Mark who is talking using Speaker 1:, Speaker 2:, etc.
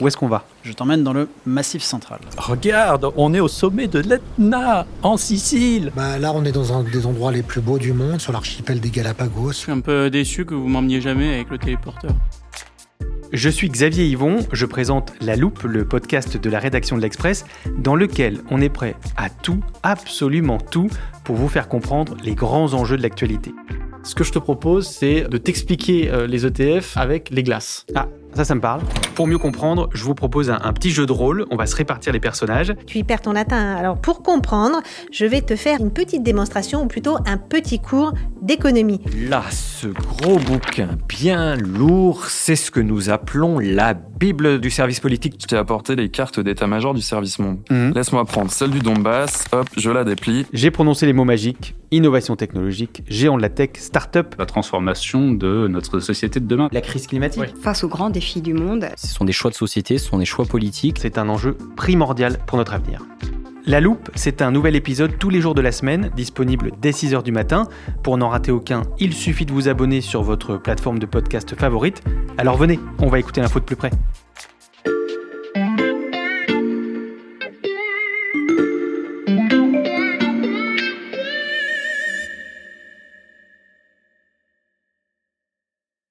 Speaker 1: Où est-ce qu'on va
Speaker 2: Je t'emmène dans le massif central.
Speaker 3: Regarde, on est au sommet de l'Etna, en Sicile.
Speaker 4: Bah là, on est dans un des endroits les plus beaux du monde, sur l'archipel des Galapagos.
Speaker 5: Je suis un peu déçu que vous m'emmeniez jamais avec le téléporteur.
Speaker 1: Je suis Xavier Yvon, je présente La Loupe, le podcast de la rédaction de l'Express, dans lequel on est prêt à tout, absolument tout, pour vous faire comprendre les grands enjeux de l'actualité.
Speaker 6: Ce que je te propose, c'est de t'expliquer euh,
Speaker 3: E
Speaker 6: les ETF avec les glaces.
Speaker 1: Ah, ça, ça me parle. Pour mieux comprendre, je vous propose un, un petit jeu de rôle. On va se répartir les personnages.
Speaker 7: Tu y perds ton latin. hein. Alors pour comprendre, je vais te faire une petite démonstration ou plutôt un petit cours d'économie.
Speaker 8: Là, ce gros bouquin bien lourd, c'est ce que nous appelons la Bible du service politique.
Speaker 9: Je t'ai apporté les cartes d'état-major du service monde.
Speaker 1: Mhm.
Speaker 9: Laisse-moi prendre celle du Donbass, hop, je la déplie.
Speaker 1: J'ai prononcé les mots magiques innovation technologique, géant de la tech, start-up.
Speaker 10: la transformation de notre société de demain.
Speaker 1: La crise climatique,
Speaker 11: Face aux grands défis du monde,
Speaker 8: Ce sont des choix de société, ce sont des choix politiques.
Speaker 1: c'est un enjeu primordial pour notre avenir. La Loupe, c'est un nouvel épisode tous les jours de la semaine, disponible dès 6h du matin. Pour n'en rater aucun, il suffit de vous abonner sur votre plateforme de podcast favorite. Alors venez, on va écouter l'info de plus près.